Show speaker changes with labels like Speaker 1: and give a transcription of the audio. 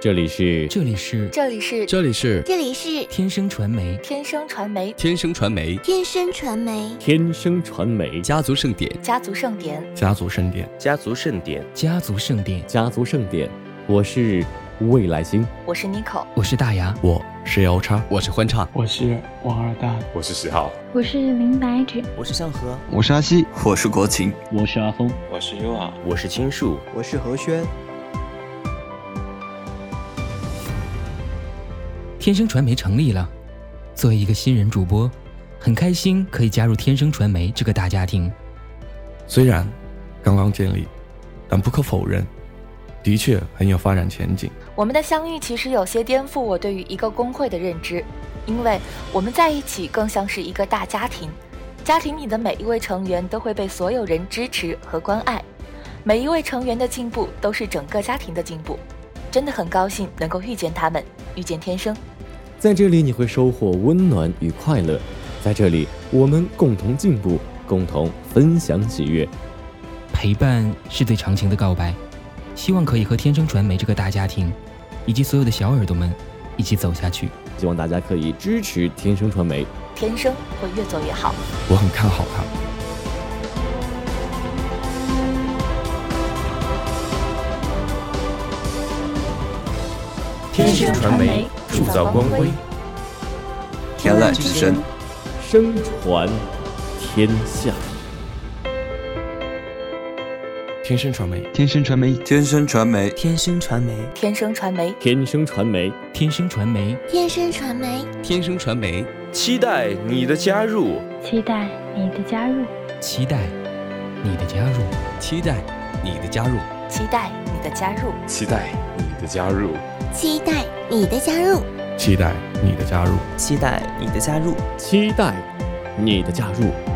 Speaker 1: 这里是
Speaker 2: 这里是
Speaker 3: 这里是
Speaker 4: 这里是
Speaker 5: 这里是
Speaker 2: 天生传媒，
Speaker 3: 天生传媒
Speaker 4: 天生传媒
Speaker 5: 天生传媒，
Speaker 1: 天生传媒
Speaker 4: 家族盛典，
Speaker 3: 家族盛典，
Speaker 4: 家族盛典，
Speaker 6: 家族盛典，
Speaker 2: 家族盛典。
Speaker 1: 家族盛典，我是未来星，
Speaker 3: 我是 Nico，
Speaker 2: 我是大牙，
Speaker 4: 我是姚叉，我是欢叉，
Speaker 7: 我是王二蛋，
Speaker 8: 我是十号，
Speaker 9: 我是林白芷，
Speaker 10: 我是向和，
Speaker 11: 我是阿西，
Speaker 12: 我是国情，
Speaker 13: 我是阿峰，
Speaker 14: 我是优啊，
Speaker 6: 我是青树，
Speaker 15: 我是何轩。
Speaker 2: 天生传媒成立了，作为一个新人主播，很开心可以加入天生传媒这个大家庭。
Speaker 4: 虽然刚刚建立，但不可否认，的确很有发展前景。
Speaker 3: 我们的相遇其实有些颠覆我对于一个工会的认知，因为我们在一起更像是一个大家庭，家庭里的每一位成员都会被所有人支持和关爱，每一位成员的进步都是整个家庭的进步。真的很高兴能够遇见他们，遇见天生。
Speaker 1: 在这里你会收获温暖与快乐，在这里我们共同进步，共同分享喜悦。
Speaker 2: 陪伴是对长情的告白，希望可以和天生传媒这个大家庭，以及所有的小耳朵们一起走下去。
Speaker 1: 希望大家可以支持天生传媒，
Speaker 3: 天生会越做越好。
Speaker 4: 我很看好他。
Speaker 3: 天生传媒
Speaker 16: 铸造光辉，
Speaker 12: 天籁之声，
Speaker 1: 声传天下。
Speaker 4: 天生传媒，
Speaker 11: 天生传媒，
Speaker 12: 天生传媒，
Speaker 10: 天生传媒，
Speaker 3: 天生传媒，
Speaker 1: 天生传媒，
Speaker 2: 天生传媒，
Speaker 5: 天生传媒，
Speaker 4: 天生传媒。
Speaker 6: 期待你的加入，
Speaker 9: 期待你的加入，
Speaker 2: 期待你的加入，
Speaker 4: 期待你的加入，
Speaker 3: 期待你的加入，
Speaker 8: 期待你的加入。
Speaker 5: 期待你的加入，
Speaker 4: 期待你的加入，
Speaker 10: 期待你的加入，
Speaker 1: 期待你的加入。